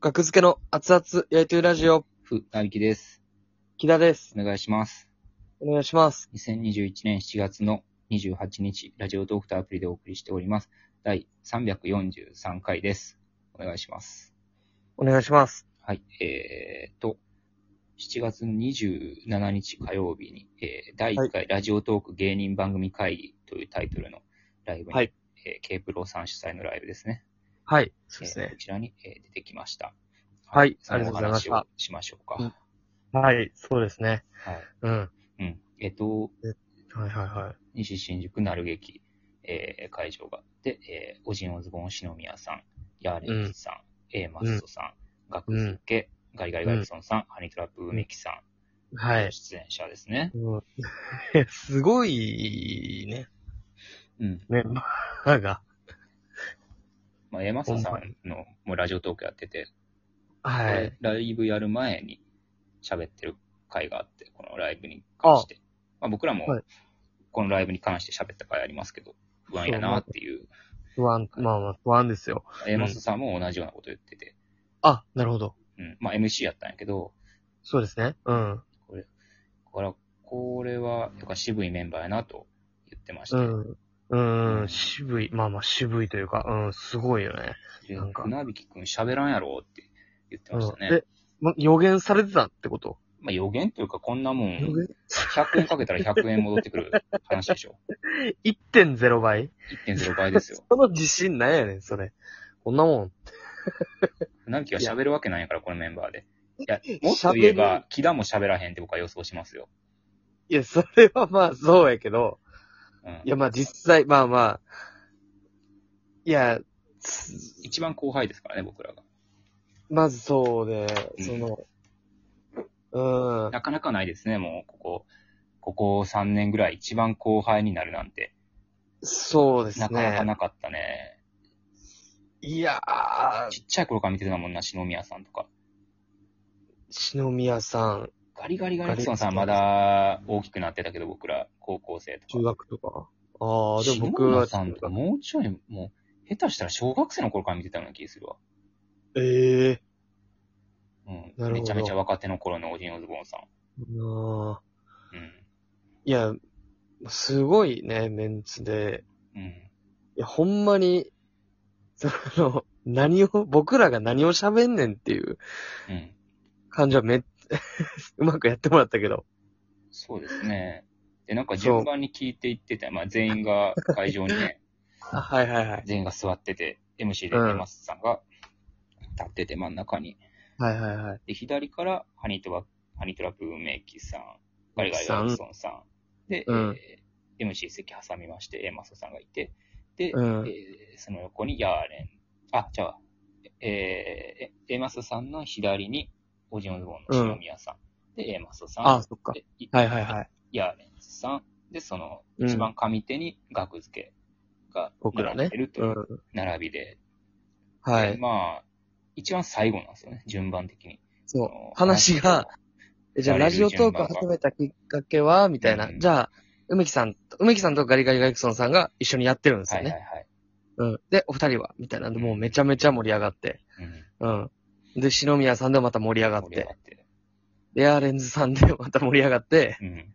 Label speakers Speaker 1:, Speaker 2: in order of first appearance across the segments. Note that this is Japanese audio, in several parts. Speaker 1: 学付けの熱々やりとりラジオ、
Speaker 2: ふ、なびきです。
Speaker 1: 木田です。
Speaker 2: お願いします。
Speaker 1: お願いします。
Speaker 2: 2021年7月の28日、ラジオドクターアプリでお送りしております。第343回です。お願いします。
Speaker 1: お願いします。
Speaker 2: はい、えーと、7月27日火曜日に、えー第1回ラジオトーク芸人番組会議というタイトルのライブに、
Speaker 1: はい
Speaker 2: えーケープローさん主催のライブですね。
Speaker 1: はい。そうです
Speaker 2: えー
Speaker 1: ね
Speaker 2: こ。ちらに、えー出てきました。
Speaker 1: はい
Speaker 2: その
Speaker 1: ありがとうございました
Speaker 2: お話をしましょうか。
Speaker 1: うんはい。そうですね。
Speaker 2: はい。
Speaker 1: うん。は
Speaker 2: うん。えっ、と、
Speaker 1: いはいはい。
Speaker 2: 西新宿鳴る劇、えー会場があって、えー、おじんおずぼん篠宮さん、ヤーレンズさん、A マストさん、ガクズケ、ガリガリガリソンさん、ハニートラップ梅木さん、
Speaker 1: はい。
Speaker 2: 出演者ですね。
Speaker 1: うん すごいね。
Speaker 2: うん。
Speaker 1: メンバーが。
Speaker 2: まあ、A マストさ
Speaker 1: ほん
Speaker 2: んのもうラジオトークやってて、こ
Speaker 1: は
Speaker 2: れ
Speaker 1: い。
Speaker 2: ライブやる前に喋ってる回があって、このライブに関して。まあ、僕らも
Speaker 1: はい、
Speaker 2: このライブに関して喋った回ありますけど、不安やなっていう。
Speaker 1: 不安、まあまあ不安ですよ。
Speaker 2: A マストさんも同じようなこと言ってて、
Speaker 1: あ、なるほど。
Speaker 2: うん。まあ、MC やったんやけど、
Speaker 1: そうですね。うん。
Speaker 2: これ、これは、これは、てか渋いメンバーやなと言ってました。
Speaker 1: うん。うん、渋い。まあまあ渋いというか、うん、すごいよね。
Speaker 2: で
Speaker 1: なんか
Speaker 2: 船引くん喋らんやろって言って
Speaker 1: う
Speaker 2: まし
Speaker 1: ん
Speaker 2: た。ね。
Speaker 1: え、ま、予言されてたってこと
Speaker 2: まあ予言というか、こんなも
Speaker 1: 予
Speaker 2: ん、
Speaker 1: 言
Speaker 2: 100円かけたら100円戻ってくる話でしょ。
Speaker 1: ?1.0 倍
Speaker 2: 1.0 倍ですよ。
Speaker 1: その自信なんやねん、それ。こんなもん。
Speaker 2: 船引きは喋るわけないから、このメンバーで。いや、もっと言え
Speaker 1: 喋
Speaker 2: ば、木田も喋らへんって僕は予想しますよ。
Speaker 1: いや、それはまあ、そうやけど。
Speaker 2: うん
Speaker 1: いや、まあ実際、まあまあ。いや、つ
Speaker 2: 一番後輩ですからね、僕らが。
Speaker 1: まずそうで、
Speaker 2: うん
Speaker 1: その、うん。
Speaker 2: なかなかないですね、もう、ここ、ここ3年ぐらい一番後輩になるなんて、
Speaker 1: そうですね。
Speaker 2: なかなかなかったね。
Speaker 1: いやー、
Speaker 2: ちっちゃい頃から見てたもんな、篠宮さんとか。
Speaker 1: 篠宮さん、
Speaker 2: ガリガリガリクソンさ
Speaker 1: ガ
Speaker 2: んま
Speaker 1: リガリ
Speaker 2: だ大きくなってたけど、僕ら、高校生と
Speaker 1: 中
Speaker 2: か。
Speaker 1: 学とか。ああ、でも僕
Speaker 2: 篠
Speaker 1: は
Speaker 2: 田、さんとかもうちょい、もう、下手したら小学生の頃から見てたような気するわ。
Speaker 1: ええ
Speaker 2: うん。
Speaker 1: なるほど
Speaker 2: めちゃめちゃ若手の頃のオジンオズボーンさ
Speaker 1: なあ
Speaker 2: ん。
Speaker 1: いや、すごいね、メンツで。
Speaker 2: うん。うん。
Speaker 1: いや、ほんまに、その、何を、僕らが何を喋んねんっていう
Speaker 2: うん。
Speaker 1: 感じはめっ、 うまくやってもらったけど。
Speaker 2: そうですね。で、なんか順番に聞いていってた。まあ、全員が会場 にね、
Speaker 1: あはいはいはい。
Speaker 2: 全員が座ってて、MC で
Speaker 1: うん
Speaker 2: エマスさんが立ってて真ん中に。
Speaker 1: はいはいはい。
Speaker 2: で、左からハニトラ、ハニトラプメイキさん、ガリガリガリソンさん、で、
Speaker 1: うん
Speaker 2: えー MC 席挟みまして、A マスさんがいて、で、
Speaker 1: うん
Speaker 2: えーその横にヤーレン、あ、じゃあ、えー、A マスさんの左に、オジオズボンの篠宮さん、で、A マスさん、
Speaker 1: あそっか。
Speaker 2: でい
Speaker 1: はいはいはい。
Speaker 2: ヤーレンさん、で、その、
Speaker 1: うん
Speaker 2: 一番上手に額付けが
Speaker 1: 僕らね
Speaker 2: 並んでると
Speaker 1: う。
Speaker 2: いうん並びで、
Speaker 1: は
Speaker 2: で
Speaker 1: い。
Speaker 2: まあ、一番最後なんですよね、順番的に。
Speaker 1: そう
Speaker 2: あの。
Speaker 1: 話が、、えじゃあ
Speaker 2: や
Speaker 1: ラ
Speaker 2: れる
Speaker 1: ジオトーク
Speaker 2: 順番が
Speaker 1: 始めたきっかけはみたいな。
Speaker 2: うん
Speaker 1: じゃあ、梅木さん、梅木さんとガリガリガリクソンさんが一緒にやってるんですよね。
Speaker 2: はいはいはい。
Speaker 1: うん。で、お二人はみたいなんで、もうめちゃめちゃ盛り上がって。
Speaker 2: うん。
Speaker 1: うん。で、篠宮さんでまた盛り上がっ
Speaker 2: 盛り上
Speaker 1: て
Speaker 2: が。って。
Speaker 1: で、アーレンズさんでまた盛り上がって。
Speaker 2: うん。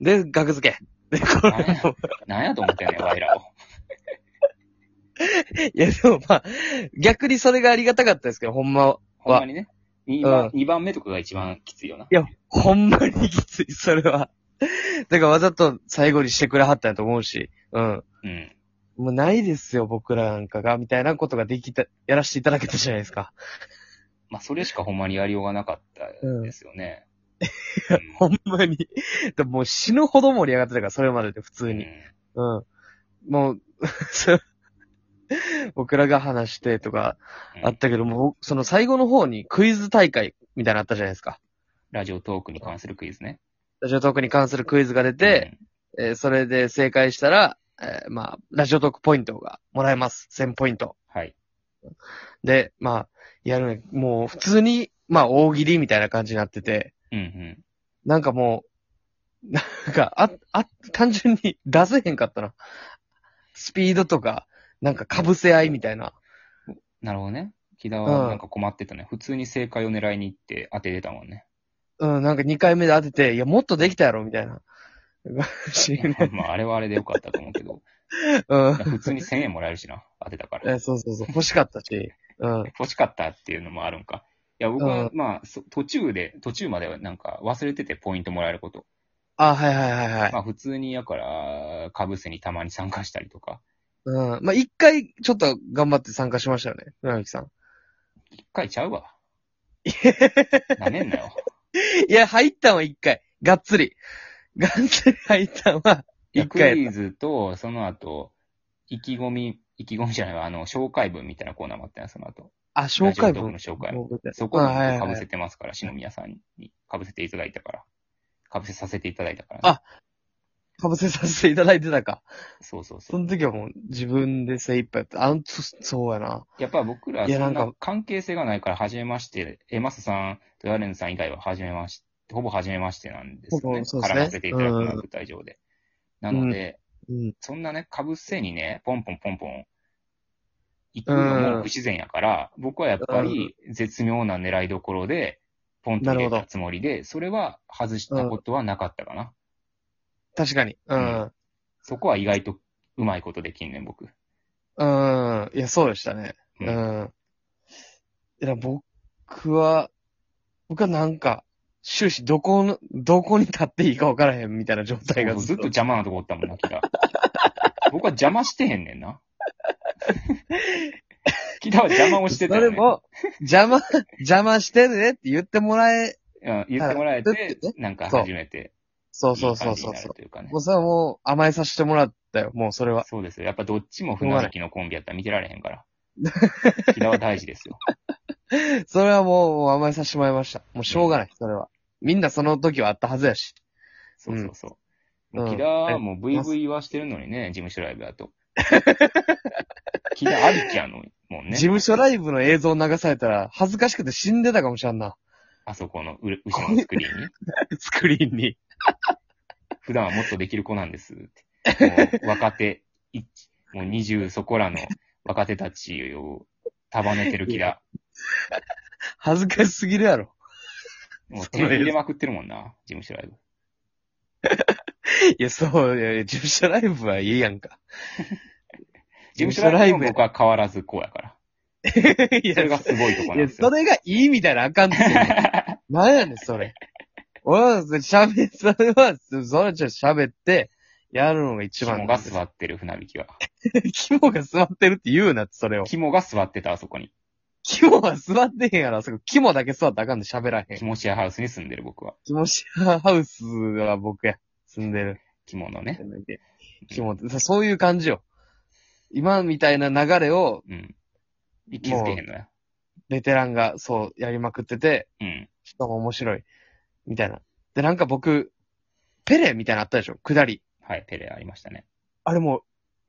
Speaker 1: で、額付け。で、こ
Speaker 2: なんや
Speaker 1: れも、
Speaker 2: なんやと思ってんねん、ワ イらを。
Speaker 1: いやでもまあ、逆にそれがありがたかったですけど、ほんまは。
Speaker 2: ほんまにね。2番
Speaker 1: うん、
Speaker 2: 二番目とかが一番きついよな。
Speaker 1: いや、ほんまにきつい、それは。 だからわざと最後にしてくれはったんやと思うし、うん。
Speaker 2: うん。
Speaker 1: もうないですよ、僕らなんかが、みたいなことができた、やらせていただけたじゃないですか。
Speaker 2: まあ、それしかほんまにやりようがなかったですよね。
Speaker 1: ほんまに。でももう死ぬほど盛り上がってたから、それまでで普
Speaker 2: う
Speaker 1: 通
Speaker 2: ん
Speaker 1: に。うん。もう、 そう僕らが話してとかあっ。
Speaker 2: うん
Speaker 1: たけど、もう、その最後の方にクイズ大会みたいなのあったじゃないですか。
Speaker 2: ラジオトークに関するクイズね。
Speaker 1: ラジオトークに関するクイズが出て、えーそれで正解したら、えーまあ、ラジオトークポイントがもらえます。1000ポイント。
Speaker 2: うん、はい。
Speaker 1: で、まあ、やるね。もう普通に、まあ、大喜利みたいな感じになってて、
Speaker 2: うんうん。
Speaker 1: なんかもう、なんか、あ、あ、単純に出せへんかったな。スピードとか、なんか被せ合いみたいな。
Speaker 2: なるほどね。木田はなんか困ってたね。普通に正解を狙いに行って当ててたも んね。
Speaker 1: うん、なんか2回目で当てて、いや、もっとできたやろ、みたいな。
Speaker 2: まあ、あれはあれでよかったと思うけど。
Speaker 1: うん。
Speaker 2: 普通に1000円もらえるしな。当てたから。
Speaker 1: えそうそうそう。欲しかったし。うん。
Speaker 2: 欲しかったっていうのもあるんか。いや、僕は、まあ、そ途中で、途中まではなんか忘れててポイントもらえること。
Speaker 1: あ、はいはいはいはい。
Speaker 2: まあ、普通に、やから、かぶせにたまに参加したりとか。
Speaker 1: うん。まあ、一回、ちょっと頑張って参加しましたよね。船木さん。
Speaker 2: 一回ちゃうわ。 なめんなよ。
Speaker 1: いや、入ったんは一回。がっつり。がっつり入ったんは、一
Speaker 2: ク
Speaker 1: 回
Speaker 2: イ
Speaker 1: やっ
Speaker 2: ズと、その後、意気込み、意気込みじゃないわ、あの、紹介文みたいなコーナーもあったよ、その後。
Speaker 1: た。あ、紹介文
Speaker 2: ラ。ジオトークの紹介文。
Speaker 1: もう
Speaker 2: そこ
Speaker 1: あ
Speaker 2: に
Speaker 1: はいはい
Speaker 2: か
Speaker 1: はい
Speaker 2: ぶせてますから、篠宮さんにかぶせていただいたから。かぶせさせていただいたから、
Speaker 1: あかぶせさせていただいてたか。
Speaker 2: そうそうそ。
Speaker 1: そうの時はもう自分で精一杯やった。あんそ、そうやな。
Speaker 2: やっぱ僕ら、
Speaker 1: いや
Speaker 2: そん
Speaker 1: なん
Speaker 2: な
Speaker 1: か
Speaker 2: 関係性がないから、初めまして、え、マサさん、トヤレンズさん以外は初めまして、ほぼ初めましてなんですよね。
Speaker 1: ほぼそうです
Speaker 2: 絡
Speaker 1: ね
Speaker 2: ませていただくのは
Speaker 1: うん
Speaker 2: 舞台上で。なので、
Speaker 1: うん。
Speaker 2: そんなね、かぶせにね、ポンポンポンポン、行くのも不自然やから、僕はやっぱり絶妙な狙いどころで、ポンと入
Speaker 1: な
Speaker 2: れ
Speaker 1: る
Speaker 2: た
Speaker 1: ほど
Speaker 2: つもりで、それは外したことはなかったかな。
Speaker 1: 確かに。う
Speaker 2: うん
Speaker 1: ん。
Speaker 2: そこは意外とうまいことできんねん、僕。
Speaker 1: うん。いや、そうでしたね。
Speaker 2: う
Speaker 1: うんん。いや、僕は、僕はなんか、終始どこの、どこに立っていいか分からへんみたいな状態が
Speaker 2: そう
Speaker 1: ず
Speaker 2: ず
Speaker 1: っ
Speaker 2: っと
Speaker 1: と。
Speaker 2: 邪魔なとこおったもんな、 木田。僕は邪魔してへんねんな。 木田は邪魔をして
Speaker 1: そ
Speaker 2: たよ、
Speaker 1: れ
Speaker 2: ね。
Speaker 1: も、邪魔、邪魔してねって言ってもらえ、
Speaker 2: うん言ってもらえて
Speaker 1: だから、
Speaker 2: なんか
Speaker 1: そう
Speaker 2: 初めて、
Speaker 1: そ
Speaker 2: いうい
Speaker 1: そうそ
Speaker 2: 感
Speaker 1: う
Speaker 2: じ
Speaker 1: そ
Speaker 2: に
Speaker 1: う
Speaker 2: な
Speaker 1: そ
Speaker 2: る
Speaker 1: う。
Speaker 2: というかね。
Speaker 1: もうそれはもう甘えさせてもらったよ、もうそれは。
Speaker 2: そうですよ。やっぱどっちも船引きのコンビやったら見てられへんから。 木田は大事ですよ。
Speaker 1: それはもうもう甘えさせてもらいました。もうしょうがない、それは。みんなその時はあったはずやし。
Speaker 2: そうそうそう。
Speaker 1: うん
Speaker 2: もう木田はもう VV はしてるのにね、事務所ライブだと。 木田ありきやのもん
Speaker 1: 事
Speaker 2: ね。
Speaker 1: 務所ライブの映像流されたら、恥ずかしくて死んでたかもしれんな。
Speaker 2: あそこのう後ろ のスクリーンに。
Speaker 1: スクリーンに。
Speaker 2: 普段はもっとできる子なんですって。もう若手、いもう20そこらの若手たちを束ねてる気だ。
Speaker 1: 恥ずかしすぎるやろ。
Speaker 2: もう手入れまくってるもんな、事務所ライブ。
Speaker 1: いや、そう、いや、事務所ライブはいいやんか。
Speaker 2: 事務所ライブも僕は変わらずこうやから。
Speaker 1: いや、
Speaker 2: それがす ごいとこ
Speaker 1: い
Speaker 2: なん
Speaker 1: や、
Speaker 2: です
Speaker 1: そ
Speaker 2: よ。
Speaker 1: れがいいみたいなあかん ですよ、ね。なんやねん、それ。俺は、喋、それは、それちょっと喋って、やるのが一番
Speaker 2: 肝
Speaker 1: な
Speaker 2: が
Speaker 1: んです。
Speaker 2: 座ってる船引きは。
Speaker 1: 肝が座ってるって言うなって、それを。
Speaker 2: 肝が座ってた、あそこに。
Speaker 1: 肝は座ってへんやろ、あそこ。肝だけ座ったらあかんで喋らへん。
Speaker 2: 肝シェアハウスに住んでる僕は。
Speaker 1: 肝シェアハウスは僕や。住んでる。
Speaker 2: 肝のね。
Speaker 1: 肝って、さそういう感じよ。今みたいな流れを、
Speaker 2: うん。気づけへんのや。
Speaker 1: ベテランが、そう、やりまくってて、
Speaker 2: うん。
Speaker 1: しかも面白い。みたいな。で、なんか僕、ペレみたいなのあったでしょ下り。
Speaker 2: はい、ペレありましたね。
Speaker 1: あれも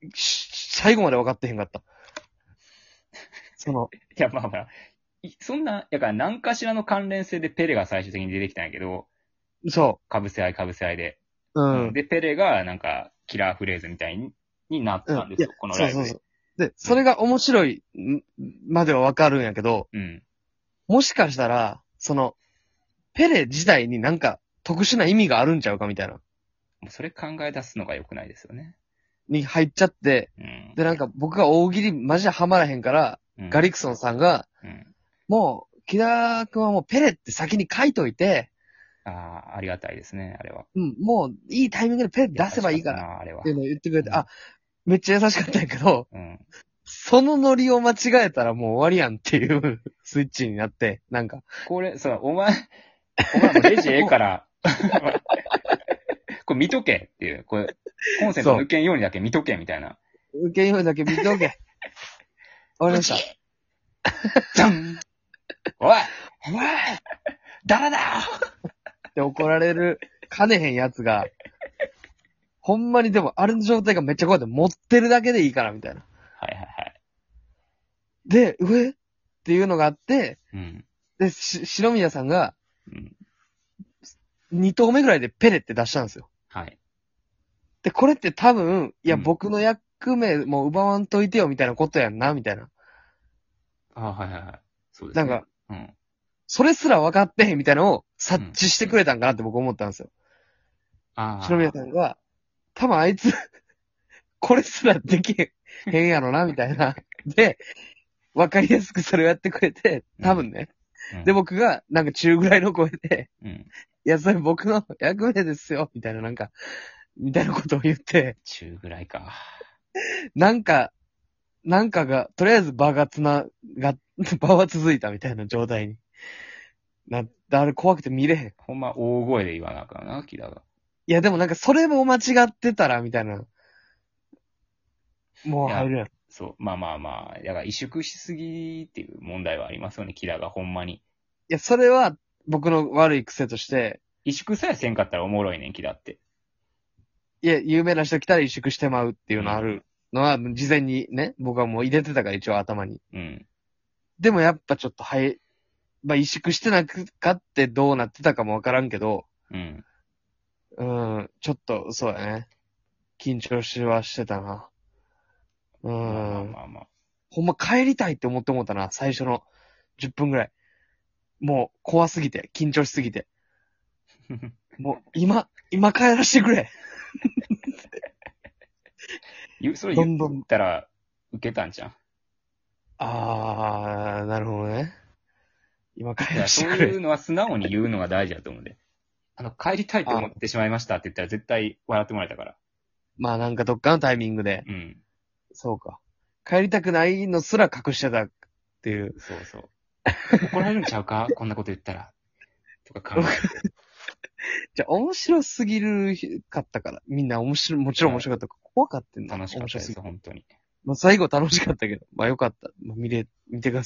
Speaker 1: う、し最後まで分かってへんかった。その、
Speaker 2: いや、まあまあ。いそんな、やから何かしらの関連性でペレが最終的に出てきたんやけど、
Speaker 1: そ
Speaker 2: かぶせ合いかぶせ合いで。
Speaker 1: う。うん。
Speaker 2: で、ペレがなんか、キラーフレーズみたいにになったんで
Speaker 1: うんい
Speaker 2: すよ、
Speaker 1: や
Speaker 2: このライブ
Speaker 1: そう
Speaker 2: で。
Speaker 1: そうそう。で、それが面白いんまでは分かるんやけど、
Speaker 2: うん。
Speaker 1: もしかしたら、その、ペレ自体になんか特殊な意味があるんちゃうかみたいな。
Speaker 2: もうそれ考え出すのが良くないですよね。
Speaker 1: に入っちゃって、
Speaker 2: うん。
Speaker 1: で、なんか僕が大喜利マジでハマらへんから、
Speaker 2: うん
Speaker 1: ガリクソンさんが、
Speaker 2: うん。
Speaker 1: もう、木田君はもうペレって先に書いといて、
Speaker 2: ああ、ありがたいですね、あれは。
Speaker 1: うん、もういいタイミングでペレ出せばいいからっ
Speaker 2: 優しったな。あれは
Speaker 1: てい。うのを言ってくれて、
Speaker 2: うん
Speaker 1: あ、めっちゃ優しかったんやけど、
Speaker 2: うん。
Speaker 1: そのノリを間違えたらもう終わりやんっていう スイッチになって、なんか、
Speaker 2: これ、さ、お前、お前もレジええから、 これ見とけっていう、これ、コンセント抜けんようにだけ見とけみたいな。
Speaker 1: 受けようだけ見て おけ。終わりました。
Speaker 2: じゃんおいおい誰だよ
Speaker 1: って怒られる、かねへんやつが、ほんまにでも、あれの状態がめっちゃ怖いって、持ってるだけでいいから、みたいな。
Speaker 2: はいはいはい。
Speaker 1: で、上っていうのがあって、
Speaker 2: うん。
Speaker 1: で、し、白宮さんが、
Speaker 2: うん。
Speaker 1: 2投目ぐらいでペレって出したんですよ。
Speaker 2: はい。
Speaker 1: で、これって多分、いや、
Speaker 2: うん
Speaker 1: 僕の役目も奪わんといてよ、みたいなことやんな、みたいな。
Speaker 2: あはいはいはい。そうです
Speaker 1: な
Speaker 2: ね。
Speaker 1: んか、、
Speaker 2: うん。
Speaker 1: それすら分かってへんみたいなのを察知してくれたんかなって僕思ったんですよ。
Speaker 2: ああ。
Speaker 1: 篠宮さんが、多分あいつ、 これすらできへんへんやろな、みたいな。で、分かりやすくそれをやってくれて、多分ね。
Speaker 2: うん
Speaker 1: で、、僕が、なんか中ぐらいの声で、
Speaker 2: うん。
Speaker 1: いや、それ僕の役目ですよ、みたいな、なんか、みたいなことを言って、
Speaker 2: 中ぐらいか。
Speaker 1: なんか、なんかが、とりあえず場がつなが、 場は続いたみたいな状態になった。あれ怖くて見れへん。
Speaker 2: ほんま大声で言わなあかんな、キラが。
Speaker 1: いや、でもなんかそれも間違ってたら、みたいな。もう入るやん。
Speaker 2: そう。まあまあまあ、だから萎縮しすぎっていう問題はありますよね、キラがほんまに。
Speaker 1: いや、それは僕の悪い癖として、
Speaker 2: 萎縮さえせんかったらおもろいねん、キラって。
Speaker 1: いや、有名な人来たら萎縮してまうっていうのあるのは、事前にね、僕はもう入れてたから、一応頭に。
Speaker 2: うん。
Speaker 1: でもやっぱちょっとはい、まあ萎縮してなくかってどうなってたかもわからんけど、
Speaker 2: うん。
Speaker 1: うん、ちょっと、そうやね。緊張しはしてたな。う
Speaker 2: まあまあ
Speaker 1: ん。
Speaker 2: まあまあ。
Speaker 1: ほんま帰りたいって思って思ったな、最初の10分ぐらい。もう怖すぎて、緊張しすぎ て。もう今、今帰らしてくれ。
Speaker 2: 言うそれ
Speaker 1: どん
Speaker 2: 言
Speaker 1: どん
Speaker 2: っ。たら、受けたんじゃん。
Speaker 1: あー、なるほどね。今 帰
Speaker 2: い
Speaker 1: ら
Speaker 2: や、
Speaker 1: して
Speaker 2: そう
Speaker 1: く
Speaker 2: いう
Speaker 1: れ。
Speaker 2: のは素直に言うのが大事だと思うんで。あの、帰りたいと思ってしまいましたって言ったら絶対笑ってもらえたから。
Speaker 1: まあなんかどっかのタイミングで。
Speaker 2: うん。
Speaker 1: そうか。帰りたくないのすら隠してたっていう。
Speaker 2: そうそう。 怒られるんちゃうかこんなこと言ったら。とか考えて。
Speaker 1: じゃあ面白すぎるかったから。みんな面白い、もちろん面白かったから怖かったんだ。
Speaker 2: 楽しか
Speaker 1: 面
Speaker 2: ったで
Speaker 1: 白い
Speaker 2: す、本当に。
Speaker 1: まあ最後楽しかったけど。まあよかった。まあ見れ、見てください。